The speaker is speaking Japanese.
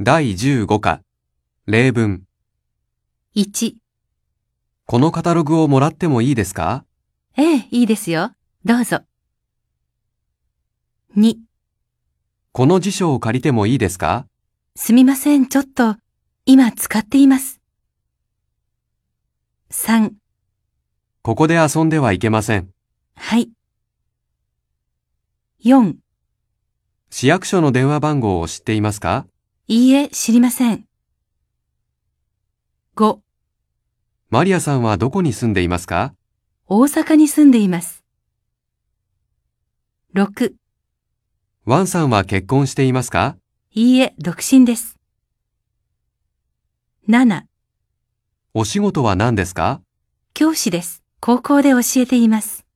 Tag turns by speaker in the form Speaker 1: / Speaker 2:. Speaker 1: 第15課、例文。
Speaker 2: 1、
Speaker 1: このカタログをもらってもいいですか
Speaker 2: ええ、いいですよ。どうぞ。2、
Speaker 1: この辞書を借りてもいいですか
Speaker 2: すみません、ちょっと、今使っています。3、
Speaker 1: ここで遊んではいけません。
Speaker 2: はい。4、
Speaker 1: 市役所の電話番号を知っていますか
Speaker 2: いいえ、知りません。5、
Speaker 1: マリアさんはどこに住んでいますか
Speaker 2: 大阪に住んでいます。6、
Speaker 1: ワンさんは結婚していますか
Speaker 2: いいえ、独身です。7、
Speaker 1: お仕事は何ですか
Speaker 2: 教師です。高校で教えています。